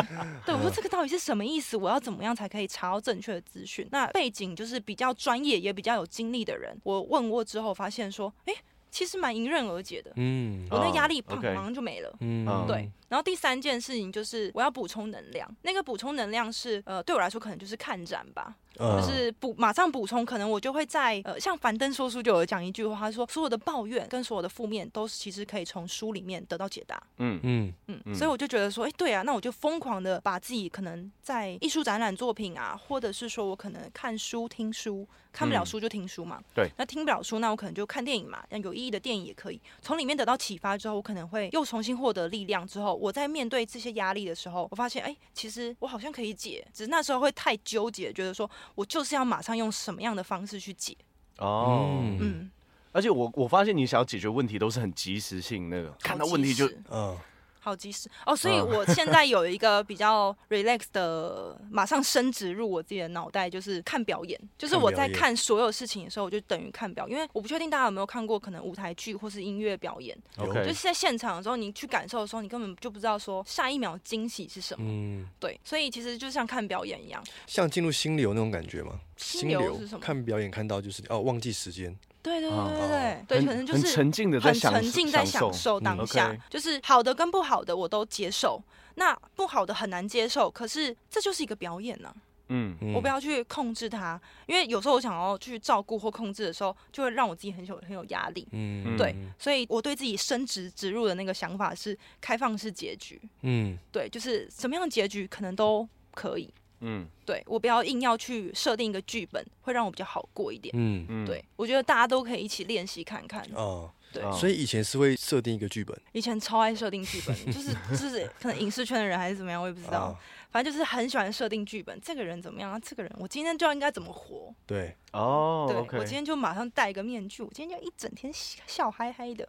对，我说这个到底是什么意思？我要怎么样才可以查到正确的资讯？那背景就是比较专业也比较有经历的人，我问过之后发现说，哎、其实蛮迎刃而解的，
嗯
我那压力
哦
砰
，OK
马上就没了。
啊
嗯，
对，然后第三件事情就是我要补充能量。那个补充能量是，呃，对我来说可能就是看展吧，
嗯，
就是补马上补充，可能我就会在呃，像樊登说书就有讲一句话，他说所有的抱怨跟所有的负面都是其实可以从书里面得到解答。
嗯
嗯
嗯，
嗯
所以我就觉得说，哎、对啊，那我就疯狂的把自己可能在艺术展览作品啊，或者是说我可能看书、听书，看不了
嗯
书就听书嘛。
对
那听不了书，那我可能就看电影嘛，那有意义的电影也可以。从里面得到启发之后，我可能会又重新获得力量。之后，我在面对这些压力的时候，我发现，哎、其实我好像可以解，只是那时候会太纠结，觉得说我就是要马上用什么样的方式去解。
嗯哦，
嗯
嗯，
而且我我发现你想要解决问题都是很及时性那个，看到
好
问
及
题就
时
嗯，
好及时哦，所以
嗯
我现在有一个比较 relax 的，马上升植入我自己的脑袋，就是看表演。就是我在
看表演
看所有事情的时候，我就等于看表演，因为我不确定大家有没有看过可能舞台剧或是音乐表演，
对
就
OK，
是在现场的时候，你去感受的时候，你根本就不知道说下一秒惊喜是什么。
嗯，
对，所以其实就像看表演一样，
像进入心流那种感觉吗？
心流是什么
看表演看到就是哦，忘记时间，
对对对对
哦
对对，可能就
很
是
沉浸的在
很
享
沉浸在
享
享
受，
受当下，
嗯，OK
就是好的跟不好的我都接受，那不好的很难接受，可是这就是一个表演呢、
嗯
嗯
我不要去控制它，因为有时候我想要去照顾或控制的时候，就会让我自己很有很有压力。
嗯，
对，所以我对自己升职植入的那个想法是开放式结局，
嗯，
对，就是什么样的结局可能都可以。
嗯
对我不要硬要去设定一个剧本，会让我比较好过一点。
嗯
嗯，
嗯，
对，我觉得大家都可以一起练习看看。
哦，
对
哦
所以以前是会设定一个剧本，
以前超爱设定剧
*laughs*
本，就是就是可能影视圈的人还是怎么样，我也不知
哦
道
啊。，
反正就是很喜欢设定剧本，这个人怎么样，啊这个人我今天就应该怎么活。
对，
哦
对
，OK，
我今天就马上戴一个面具，我今天就一整天笑笑嗨嗨
*laughs*
的。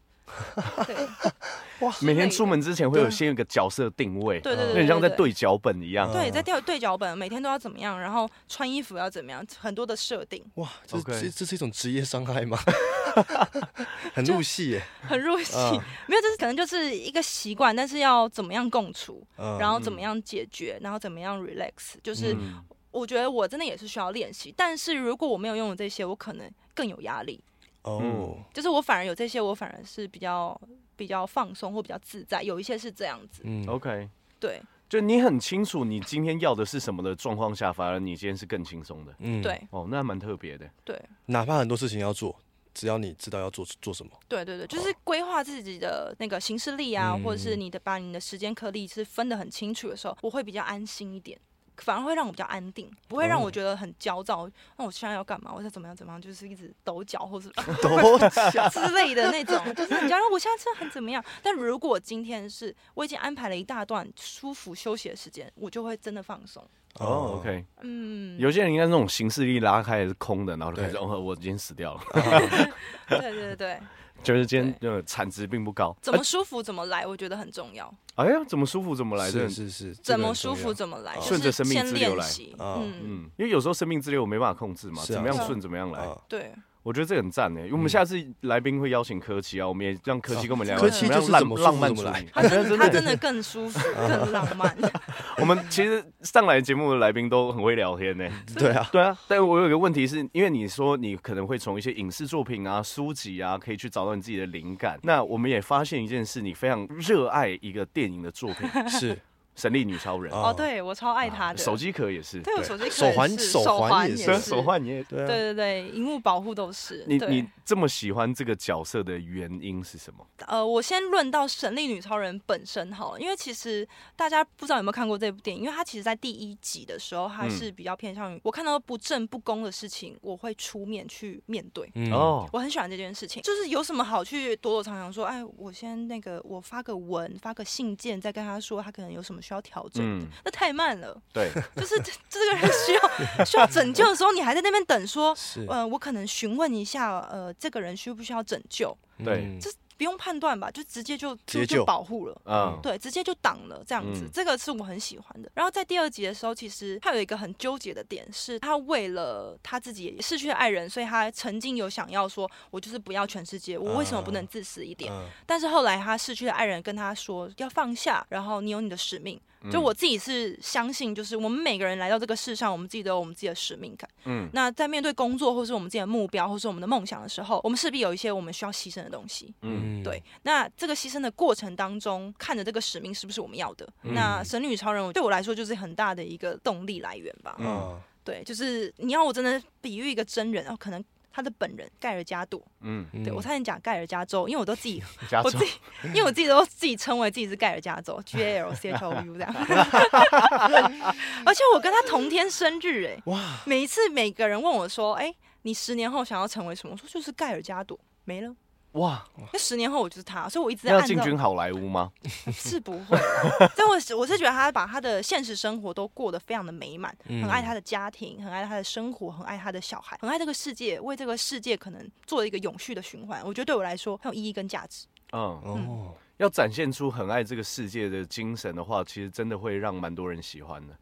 对
每天出门之嗯前会有
对
先有一个角色定位，
对对
那
对，
很像在
对。
对脚本一样
嗯，
对，在调对脚本，每天都要怎么样，然后穿衣服要怎么样，很多的设定，
哇，这
OK
这这是一种职业伤害
*laughs*
吗？ *laughs* 很入戏耶，
很入戏。
嗯
啊
*laughs* 没有，这是可能就是一个习惯，但是要怎么样共处，
嗯
然后怎么样解决，然后怎么样 relax，就是
嗯
我觉得我真的也是需要练习。但是如果我没有用这些，我可能更有压力。
哦，
就是我反而有这些，我反而是比较比较放松或比较自在，有一些是这样子。
嗯，
，OK，
对
就你很清楚你今天要的是什么的状况下，反而你今天是更轻松的。
嗯，
对
哦，那还蛮特别的。
对，
哪怕很多事情要做，只要你知道要做做什么。
对对对，就是规划自己的那个行事历啊，
哦嗯
或者是你的把你的时间颗粒是分得很清楚的时候，我会比较安心一点，反而会让我比较安定，不会
哦
让我觉得很焦躁。那、我现在要干嘛？我要怎么样怎么样？就是一直抖脚或是
都
*laughs* 之类的那种，就是你假如我现在真的很怎么样，但如果今天是我已经安排了一大段舒服休息的时间，我就会真的放松。
哦，OK，
嗯，
有些人应该那种形式力拉开是空的，然后就开始
对
哦，我今天死掉了， *laughs*
对
*laughs*
对对，
就是今天呃产值并不高。
怎么舒服怎么来，我觉得很重要。
哎呀，怎么舒服怎么来，真
是
的
是是，这
怎
个
么
很
舒
重
服
要
怎么来，
哦
就
顺着
是
生命
先
之流
练
来
习。
啊
嗯，
嗯，因为有时候生命之流我没办法控制嘛，
是啊
怎么样
是啊
顺怎么样来。
啊嗯
对，
我觉得这很赞呢，欸因为我们下次来宾会邀请柯奇啊，我们也让柯奇跟我们聊
柯
聊怎
基
么
就
样
是怎
浪
么舒服
浪漫
怎
主
么来
义。
他真的他
哎 *laughs* 真
真
的，
的更舒服，更浪漫。
我们其实上来节目的来宾都很会聊天呢。
对啊，
*laughs* 对啊，但我有一个问题是，因为你说你可能会从一些影视作品啊、书籍啊，可以去找到你自己的灵感。那我们也发现一件事，你非常热爱一个电影的作
*laughs*
品《
是
神力女超人》啊
啊
哦，对我超爱他的
手，机壳也是，
对我
对
手机壳
手环
也是
手
手
环也
也
是
对啊，
是
手环你也。
对啊，
对对对，荧幕保护都是。
你
对
你这么喜欢这个角色的原因是什么？
呃，我先论到《神力女超人》本身好了，因为其实大家不知道有没有看过这部电影，因为它其实在第一集的时候，它
嗯
是比较偏向于我看到不正不公的事情，我会出面去面对。
嗯，
哦，
我很喜欢这件事情，就是有什么好去躲躲藏藏说，哎，我先那个，我发个文，发个信件，再跟他说他可能有什么需要调整的，
嗯
那太慢了。 *laughs*
对，
就是这这个人需要需要拯救的时候，你还在那边
*laughs*
等说，
是，
呃，我可能询问一下，呃，这个人需不需要拯救？
对
嗯
这不用判断吧，就直接就
直接
就
救
就保护了。
嗯，
对，直接就挡了这样子，
嗯
这个是我很喜欢的。然后在第二集的时候，其实他有一个很纠结的点，是他为了他自己也逝去的爱人，所以他曾经有想要说，我就是不要全世界，我为什么
啊
不能自私一点？
嗯
但是后来他逝去的爱人跟他说要放下，然后你有你的使命。就我自己是相信，就是我们每个人来到这个世上，我们自己都有我们自己的使命感。
嗯
嗯，那在面对工作或是我们自己的目标或是我们的梦想的时候，我们势必有一些我们需要牺牲的东西。
嗯，
嗯
对，那这个牺牲的过程当中，看着这个使命是不是我们要的？那神女超人对我来说就是很大的一个动力来源吧。
嗯
啊，
对，就是你要我真的比喻一个真人，哦，可能他的本人盖尔加朵，
嗯，
对
嗯
我差点讲盖尔加州，因为我都自己，
加
我
州
自己，因为我自己都自己称为自己是盖尔加州 G A L C H O U 这样， *laughs* 而且我跟他同天生日哎、
哇，
每一次每个人问我说，哎、你十年后想要成为什么？我说就是盖尔加朵，没了。
哇，
那十年后我就是他，所以我一直在
那要
按
进
照
军好莱坞吗？
是不会啦， *laughs* 但我是我是觉得他把他的现实生活都过得非常的美满，
嗯
很爱他的家庭，很爱他的生活，很爱他的小孩，很爱这个世界，为这个世界可能做一个永续的循环。我觉得对我来说很有意义跟价值。
嗯，
哦，
要展现出很爱这个世界的精神的话，其实真的会让蛮多人喜欢的。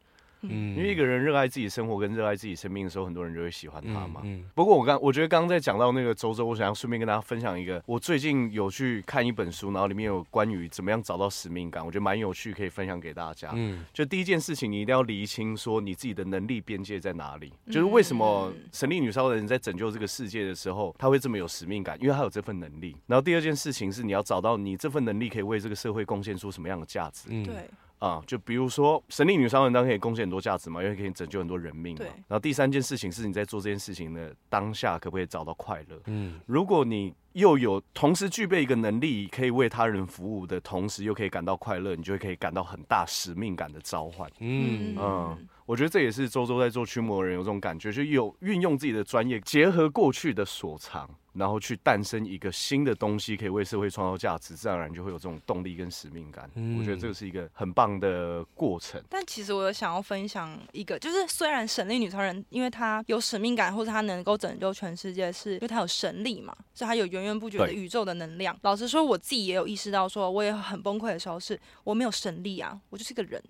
嗯
因为一个人热爱自己生活跟热爱自己生命的时候，很多人就会喜欢他
嗯
嘛。
嗯
不过我刚我觉得刚刚在讲到那个周周，我想要顺便跟大家分享一个，我最近有去看一本书，然后里面有关于怎么样找到使命感，我觉得蛮有趣，可以分享给大家。
嗯
就第一件事情，你一定要厘清说你自己的能力边界在哪里。就是为什么神力女超人在拯救这个世界的时候，她会这么有使命感，因为她有这份能力。然后第二件事情是，你要找到你这份能力可以为这个社会贡献出什么样的价值
嗯，
对，
啊、就比如说神力女超人，当然可以贡献很多价值嘛，因为可以拯救很多人命嘛。
对
然后第三件事情是，你在做这件事情的当下，可不可以找到快乐？
嗯
如果你又有同时具备一个能力，可以为他人服务的同时，又可以感到快乐，你就会可以感到很大使命感的召唤。
嗯
嗯，我觉得这也是周周在做驱魔人有这种感觉，就有运用自己的专业，结合过去的所长，然后去诞生一个新的东西，可以为社会创造价值，自然而然就会有这种动力跟使命感。
嗯
我觉得这是一个很棒的过程。
但其实我有想要分享一个，就是虽然神力女超人，因为她有使命感，或者她能够拯救全世界，是因为她有神力嘛，所以她有源源不绝的
对
宇宙的能量。老实说，我自己也有意识到，说我也很崩溃的时候是，我没有神力啊，我就是个人，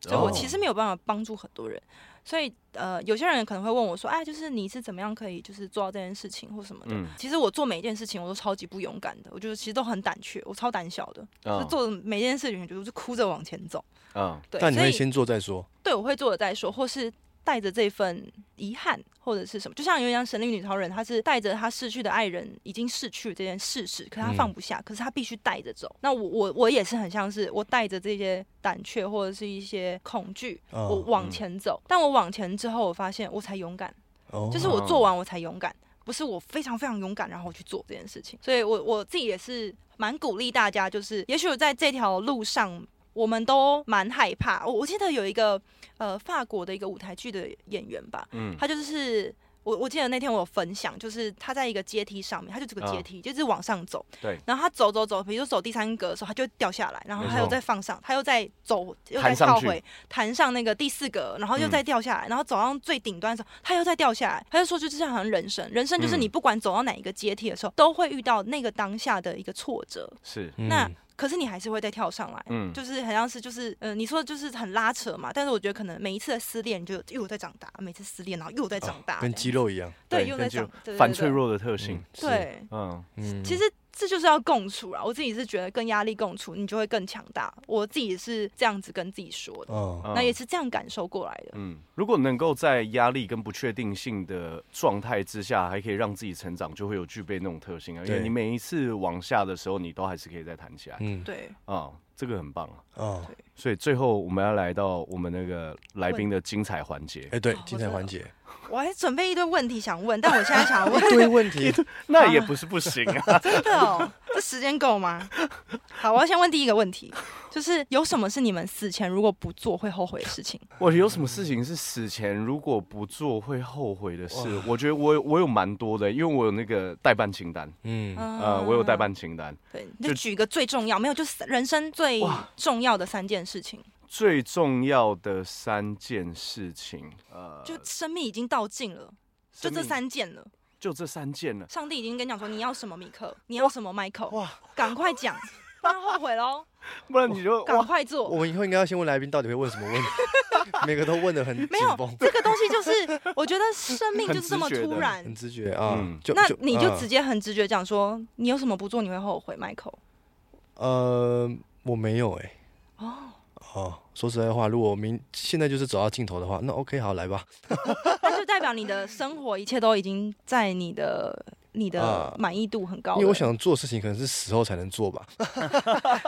所以我其实没有办法帮助很多人。所以呃，有些人可能会问我说，哎，就是你是怎么样可以就是做到这件事情或什么的？
嗯
其实我做每一件事情我都超级不勇敢的，我觉得其实都很胆怯，我超胆小的，
嗯
就做每件事情就是哭着往前走。
嗯
对，
但你
所
会
以
先做再说，
对我会做了再说，或是带着这份遗憾或者是什么，就像有点像神力女超人，她是带着她逝去的爱人已经逝去这件事实，可是她
嗯
放不下，可是她必须带着走。那我我我也是很像是我带着这些胆怯或者是一些恐惧，
哦
我往前走。但我往前之后，我发现我才勇敢，
哦
就是我做完我才勇敢。不是我非常非常勇敢，然后去做这件事情。所以我我自己也是蛮鼓励大家，就是也许在这条路上。我们都蛮害怕。我我记得有一个呃法国的一个舞台剧的演员吧，
嗯
他就是我我记得那天我有分享，就是他在一个阶梯上面，他就这个阶梯、就是往上走，
嗯对，
然后他走走走，比如说走第三格的时候，他就掉下来，然后
没错
他又再放上，他又再走，又再
弹上
跳
去
回，弹上那个第四格，
嗯
然后又再掉下来，然后走到最顶端的时候，他又再掉下来，他就说就这样好像人生，人生就是
嗯
你不管走到哪一个阶梯的时候，都会遇到那个当下的一个挫折，
是，
那
嗯
可是你还是会再跳上来，
嗯，
就是好像是就是呃，你说就是很拉扯嘛，但是我觉得可能每一次的失恋，你就又在长大，每次失恋然后又在长大，
跟肌肉一样，
对
对
又在
哦跟肌
长
肉
对对
反
嗯对
脆弱的特性，
是，
对。
嗯，
嗯
其实这就是要共处啊，我自己是觉得跟压力共处，你就会更强大。我自己是这样子跟自己说的，
哦，
嗯
那也是这样感受过来的。
嗯，如果能够在压力跟不确定性的状态之下，还可以让自己成长，就会有具备那种特性啊。因为
对
你每一次往下的时候，你都还是可以再弹起来啊、
嗯
对，
这个很棒啊。
哦，
所以最后我们要来到我们那个来宾的精彩环节，
哎，对
哦，
精彩环节，，
我还准备一堆问题想问，但我现在想要问 *laughs*
对问题，
那也不是不行啊。
真的哦，这时间够吗？好，我要先问第一个问题，就是有什么是你们死前如果不做会后悔的事情？
*laughs* 我有什么事情是死前如果不做会后悔的事？我觉得我有我有蛮多的，因为我有那个代办清单，
嗯，
呃，我有代。办清单。
啊对，你就
就
举一个最重要，没有，就是人生最
哇
重要的三件事情，
最重要的三件事情，呃，
就生命已经到尽了，就
生
这
命
三件了。
就这三件了。
上帝已经跟你讲说，你要什么米克，你要什么 Michael，赶快讲，
*laughs*
不然后悔喽，
不然你就
赶
哇，
快做。
我们以后应该要先问来宾到底会问什么问
*laughs*
题，每个都问的很紧
没有
绷，
这个东西就是，我觉得生命就是这么
*laughs* 很直觉的
突然
很。直觉啊
嗯，
就
那你就
嗯
直接很直觉讲说，你有什么不做你会后悔，Michael。
呃，我没有哎、
哦，
哦，说实在话，如果我明现在就是走到尽头的话，那 OK，好，来吧。
那就代表你的生活一切都已经在你的你的
啊
嗯
满意度很高了。
因为我想做的事情可能是死后才能做吧。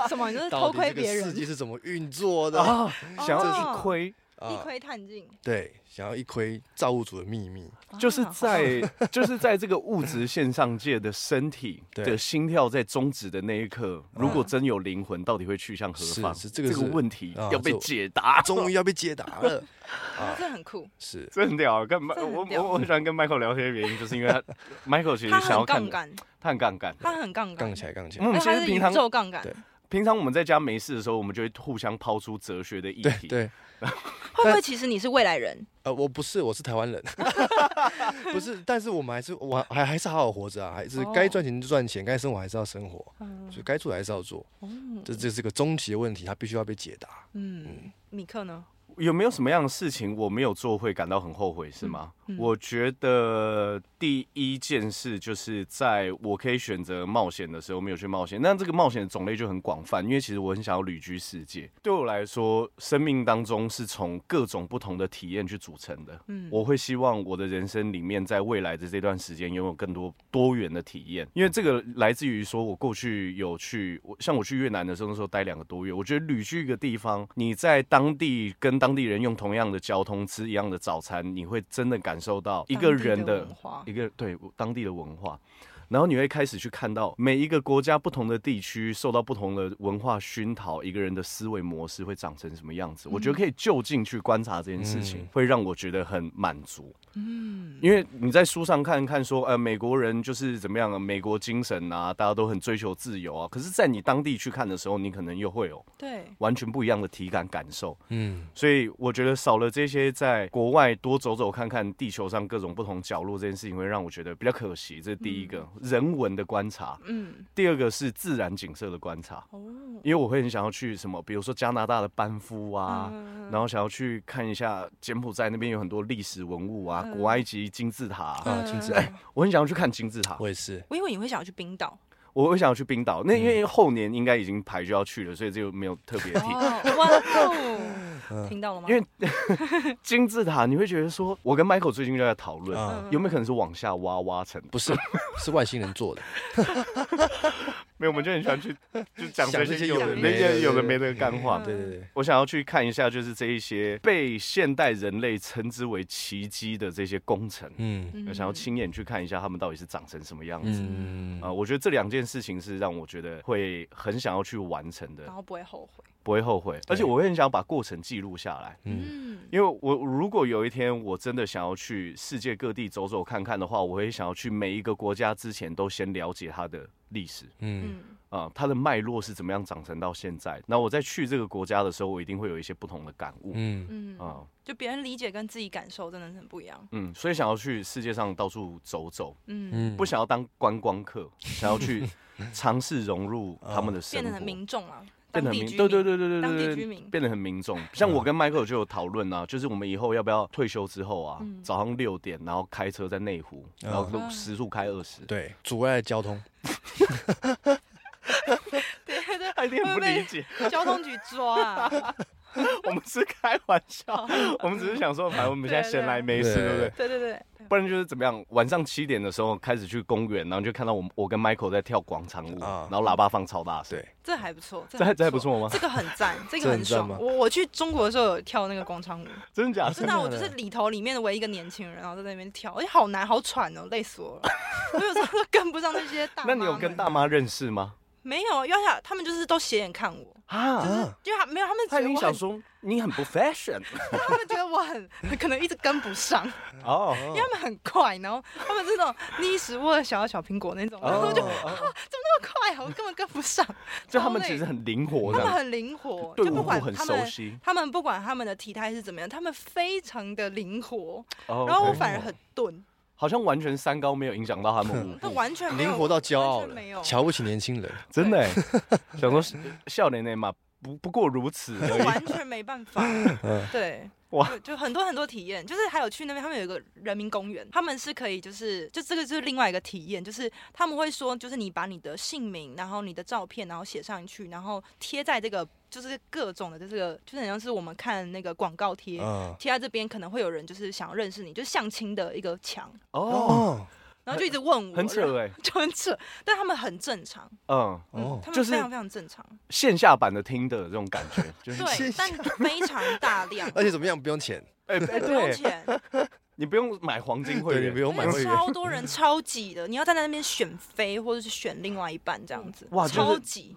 什么，你就是
到
偷
底
窥
这个
别
世
人，
界是怎么运作的？
啊，想要
哦
一窥，
啊
一窥探镜。
对，想要一窥造物主的秘
*laughs*
密。
就是
啊
在就是在这个物质线上界的身体
*laughs* 对嗯
的心跳在终止的那一刻，如果真有灵魂，到底会去向何方？
是是这个是
问题
啊
要被
这我
解答。
终于要被解答了，
哦这很酷，
是
真屌，啊跟麦
这很
我
屌
我我很喜欢跟 Michael 聊天的原因，就是因
*laughs*
为他 Michael 其实
他
想要
很
看
杠，杆，
他很杠杆。
他很杠杆
杠，起来，杠起来。
嗯，
而且
其
他
实
是
平
宇
常
宙杠杆。
对
平常我们在家没事的时候，我们就会互相抛出哲学的议
对
题。
对，
会不会其实你是未来人？
呃，我不是，我是台湾人， *laughs* 不是，但是我们还是，我还还是好好活着啊，还是
哦
该赚钱就赚钱，该生活还是要生活，
嗯
就该做的还是要做，
嗯
这这是个终极的问题，它必须要被解答。
嗯，米克呢？
有没有什么样的事情我没有做会感到很后悔是吗？
嗯嗯
我觉得第一件事就是在我可以选择冒险的时候没有去冒险，那这个冒险的种类就很广泛，因为其实我很想要旅居世界。对我来说，生命当中是从各种不同的体验去组成的。
嗯
我会希望我的人生里面，在未来的这段时间拥有更多多元的体验，因为这个来自于说我过去有去，我像我去越南的时候，那时候待两个多月，我觉得旅居一个地方，你在当地跟当地人用同样的交通，吃一样的早餐，你会真的感受到一个人
当地
的
的文化
一个对当地的文化。然后你会开始去看到每一个国家不同的地区受到不同的文化熏陶，一个人的思维模式会长成什么样子。我觉得可以就近去观察这件事情，
嗯
会让我觉得很满足。
嗯，
因为你在书上看看说，呃，美国人就是怎么样啊，美国精神啊，大家都很追求自由啊。可是，在你当地去看的时候，你可能又会有
对，
完全不一样的体感感受。
嗯，
所以我觉得少了这些在国外多走走看看地球上各种不同角落这件事情，会让我觉得比较可惜。这是第一个、人文的观察，
嗯，
第二个是自然景色的观察，
哦，
因为我会很想要去什么，比如说加拿大的班夫啊。
嗯
然后想要去看一下柬埔寨那边有很多历史文物啊，
嗯
古埃及金字塔、啊，
啊，亲自，
嗯
我很想要去看金字塔，
啊我也是，
我以为你会想要去冰岛，
我我想要去冰岛，那因为后年应该已经排就要去了，所以这个没有特别
*laughs*
提。
哦，哇
*laughs*
哦，听到了吗？
嗯因为金字塔你会觉得说，我跟 Michael 最近就在讨论，
啊 *laughs*
嗯
有没有可能是往下挖挖成？
不是，是外星人做的。
没有，我们就很喜欢去就讲这
想这
些
些
有
有
的
的
没
没
的
的
有的没的干话
啊
嗯。
对对对，
我想要去看一下，就是这一些被现代人类称之为奇迹的这些工程，
嗯
嗯
我想要亲眼去看一下他们到底是长成什么样子。
嗯
啊、我觉得这两件事情是让我觉得会很想要去完成的
然，后不会后悔。
不会后悔，而且我会很想把过程记录下来。
嗯
嗯，
因为我如果有一天我真的想要去世界各地走走看看的话，我会想要去每一个国家之前都先了解它的历史
嗯
嗯
啊、它的脉络是怎么样长成到现在。那我在去这个国家的时候，我一定会有一些不同的感悟啊、
嗯
嗯，就别人理解跟自己感受真的很不一样。
嗯，所以想要去世界上到处走走，
嗯，
嗯，
不想要当观光客，想要
*laughs*
去尝试融入
嗯
他们的生
变得
活
很。民众啊，
*laughs* 变
当
得很
地
民，
居
对对
民
对对
当
对
地
对
居
对，
民
变得很民众。像我跟 Michael 就有讨论啊，就是我们以后要不要退休之后啊，
嗯
早上六点，然后开车在内湖，然后路
啊
时速开二十，
嗯对阻碍交通，
对对
他一定
会
不
被
理解， *laughs*
对， *laughs* 交通局抓啊！ *laughs*
我们是开玩笑，我们只是想说，反正我们现在闲来没事，
对
对不对？
对啊对对，
不然就是怎么样？晚上七点的时候开始去公园，然后就看到我们我跟 Michael 在跳广场舞，
啊
然后喇叭放超大声，
对
这还不错，
这还这还不。错吗
这？个很
*laughs*
赞，这
这
个
很
很
赞
爽
吗。
我我去中国的时候有跳那个广场舞，
真的假的？
真的啊，我就是里头里面的唯一一个年轻人，然后在那边跳，而且哎好难好喘哦，累死我了。 *laughs* 我有时候都跟不上那些大
*laughs*
妈
那
们。
你有跟大妈认识吗？
没有？要想他们就是都斜眼看我，
啊，
啊，
就他没有他们觉
他已
得
经
我
想
很，
说你很不 fashion
他们觉得我很 *laughs* 可能一直跟不上，
*laughs* 哦。
因为他们很快，然后他们这种你食我的小小苹果那种，然后我就
哦
那么快啊，我根本跟不上。
*laughs* 就他们
超累
其实很灵活这
他们
样，
很灵活，
对
就
舞
不
步
管
很
他
熟
们。
悉。
他们不管他们的体态是怎么样，他们非常的灵活，
然
然后我反而很钝，
哦好像完全三高没有影响到他们
*laughs*
舞
那
步，
完全没有
嗯灵活到骄傲
哦完全没有
了，瞧不起年轻人，
真的欸想说笑脸脸嘛，不不过如此
就
而已。
完全没办
*laughs*
法。对，
嗯哇
就，就很多很多体验，就是还有去那边，他们有一个人民公园，他们是可以就是就这个就是另外一个体验，就是他们会说，就是你把你的姓名，然后你的照片，然后写上去，然后贴在这个就是各种的这个，就是很像是我们看那个广告贴。
嗯
贴在这边可能会有人就是想要认识你，就是相亲的一个墙，
哦，
哦
然后就一直问我，
很扯哎，
*laughs* 就很扯，但他们很正常，
嗯，
嗯
哦，
他
就
们
是
非常非常正常，
*laughs* 线下版的听的这种感觉，就是
对
谢，
但非常大量，
而且怎么样不用钱，
哎哎，
不用
*laughs* 对， *laughs*
钱，
你不用买黄金会
对
员，
你不用买
而
会
且
员，
超多人超挤的，你要站在那边选妃，或者是选另外一半这样子，
哇就是
超挤，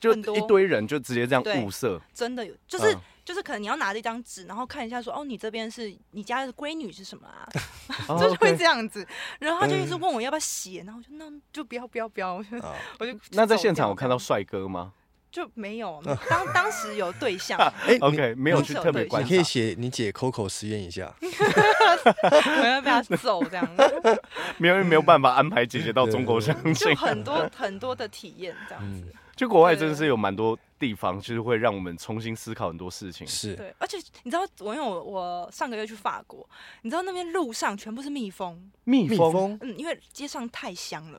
就
很多
一堆人就直接这样
对
物色，
*laughs* 真的有，就是、
嗯
就是可能你要拿着一张纸，然后看一下说，哦，你这边是你家的闺女是什么
*laughs*
啊？ *laughs*
哦
就是会
OK 嗯
这样子，然后他就一直问我要不要写，然后我就那就不要不要 *laughs* 不要，我就
啊
我就
那在
走
现场
掉
有看到帅哥吗
就没有，
*laughs*
当当时有对象，
哎你
？OK，没有
你
去
是有
特别
对
观
你
察
可以写你姐 Coco 实验一下，
我要被他揍
*laughs*
这样子，
没有没有办法安排姐姐到中国相
*laughs* 就
亲，
很多很多的体验这样
嗯
子。
就国外真的是有蛮多地方，就是会让我们重新思考很多事情。
是
对，而且你知道，我因为我我上个月去法国，你知道那边路上全部是蜜蜂，
蜜
蜜
蜂
蜂
嗯，因为街上太香了，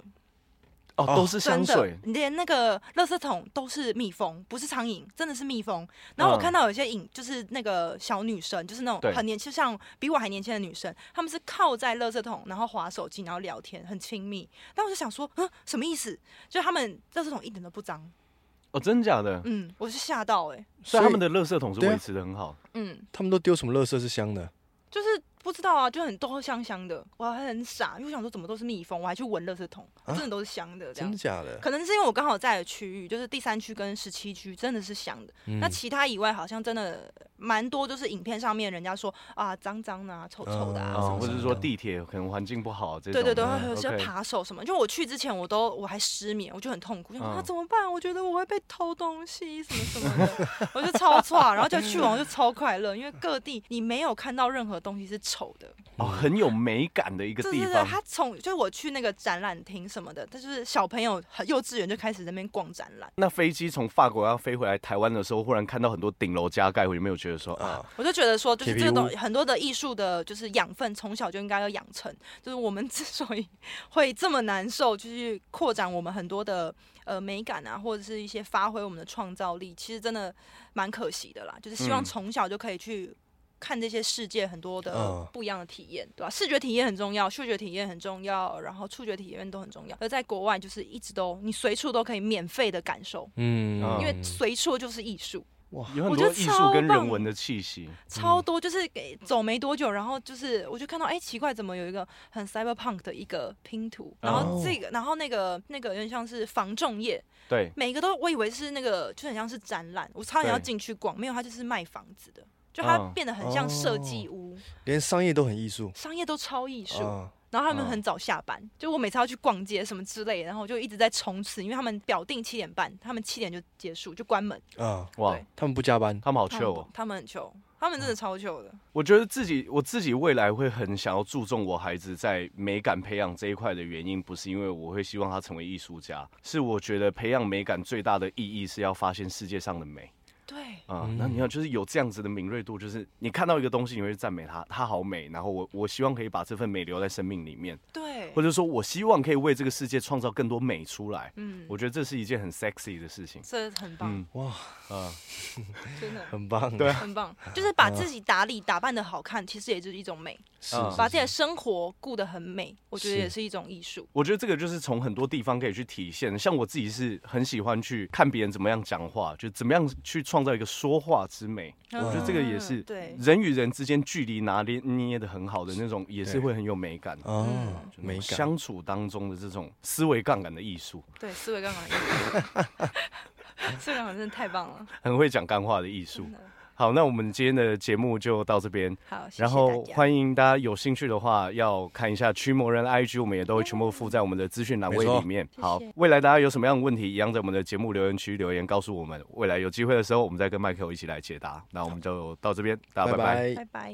哦，
哦
都是香
真的
水，
连那个垃圾桶都是蜜蜂，不是苍蝇，真的是蜜蜂。然后我
嗯
看到有些影，就是那个小女生，就是那
对
种很年轻，像比我还年轻的女生，她们是靠在垃圾桶，然后划手机，然后聊天，很亲密。但我就想说，嗯，什么意思？就她们垃圾桶一点都不脏，
哦，真的假的？
嗯，我是吓到哎、欸
所以他们
的
的垃圾桶是
对啊
维持的很好。
嗯，
他们都丢什么垃圾是香的，
就是不知道啊，就很都香香的，我还很傻，因为我想说怎么都是蜜蜂，我还去闻垃圾桶，
啊
真的都是香的这
真
样
的。假的？
可能是因为我刚好在的区域，就是第三区跟十七区，真的是香的。
嗯
那其他以外，好像真的蛮多，就是影片上面人家说啊，脏脏的、啊、臭臭的啊，
嗯
什
啊，
么
或
什
者
么
是说地铁可能环境不好这种。
对对对，
嗯
还有些
OK
扒手什么。就我去之前，我都我还失眠，我就很痛苦，想说
嗯
啊怎么办？我觉得我会被偷东西什么什么的， *laughs* 我就超差，然后就去完我就超快乐，因为各地你没有看到任何东西是丑的。
哦，很有美感的一个
对
地
对对，
方。
他从就是我去那个展览厅什么的，他就是小朋友很幼稚园就开始在那边逛展览，
那飞机从法国要飞回来台湾的时候，忽然看到很多顶楼加盖，有没有觉得说啊，
啊，
我就觉得说，就是
铁皮
这个东
屋
很多的艺术的，就是养分从小就应该要养成。就是我们 *laughs* 之所以会这么难受，就是扩展我们很多的呃美感啊，或者是一些发挥我们的创造力，其实真的蛮可惜的啦。就是希望
嗯
从小就可以去。看这些世界很多的
嗯
不一样的体验，对吧、视觉体验很重要，嗅觉体验很重要，然后触觉体验都很重要。而在国外，就是一直都你随处都可以免费的感受，
嗯
嗯
因为随处就是艺术，
有很
我觉
多
得
艺
超
术跟人
棒
文的气息。
超
嗯
多。就是给走没多久，然后就是我就看到，哎，奇怪，怎么有一个很 cyberpunk 的一个拼图，然后
哦
这个，然后那个那个有点像是防重业，
对，
每一个都我以为是那个，就很像是展览，我差点要
对
进去逛，没有，它就是卖房子的，就它
嗯哦
变得很像设计屋，
连商业都很艺术
商业都超艺术。
啊，
然后他们
嗯
很早下班，就我每次要去逛街什么之类的，然后我就一直在冲刺，因为他们表定七点半，他们七点就结束就关门。
啊，
哇
对，
他们不加班，
他们好
他
chill
们
哦嗯
不。他们很糗，他们真的超糗的。
我觉得自己我自己未来会很想要注重我孩子在美感培养这一块的原因，不是因为我会希望他成为艺术家，是我觉得培养美感最大的意义是要发现世界上的美
对，
啊。
嗯
那你要就是有这样子的敏锐度，就是你看到一个东西，你会赞美它，它好美，然后我我希望可以把这份美留在生命里面，
对，
或者说我希望可以为这个世界创造更多美出来。
嗯，
我觉得这是一件很 sexy 的事情。
这很棒，
嗯
哇，
啊，
真的。
很棒，
对啊
很棒，就是把自己打理打扮的好看，其实也就是一种美，
是，
嗯
是
啊把自己的
是
生活顾得很美，我觉得
是
也是一种艺术。
我觉得这个就是从很多地方可以去体现。像我自己是很喜欢去看别人怎么样讲话，就怎么样去创造一个说话之美。
我
我觉得这个也是
嗯对，
人与人之间距离拿捏捏的很好的那种，也是会很有美感。
啊
嗯，
就那种
美感，
相处当中的这种思维杠杆的艺术，
对，思维杠杆， *laughs* 思维杠杆真的太棒了，
很会讲干话的艺术
真。的
好，那我们今天的节目就到这边。
好，谢谢
然后
大家
欢迎大家有兴趣的话，要看一下驱魔人的 IG，我们也都会全部附在我们的资讯栏位里面。
错
好
谢谢，
未来大家有什么样的问题，一样在我们的节目留言区留言告诉我们。未来有机会的时候，我们再跟 Michael 一起来解答。那我们就到这边，大家拜拜
拜拜。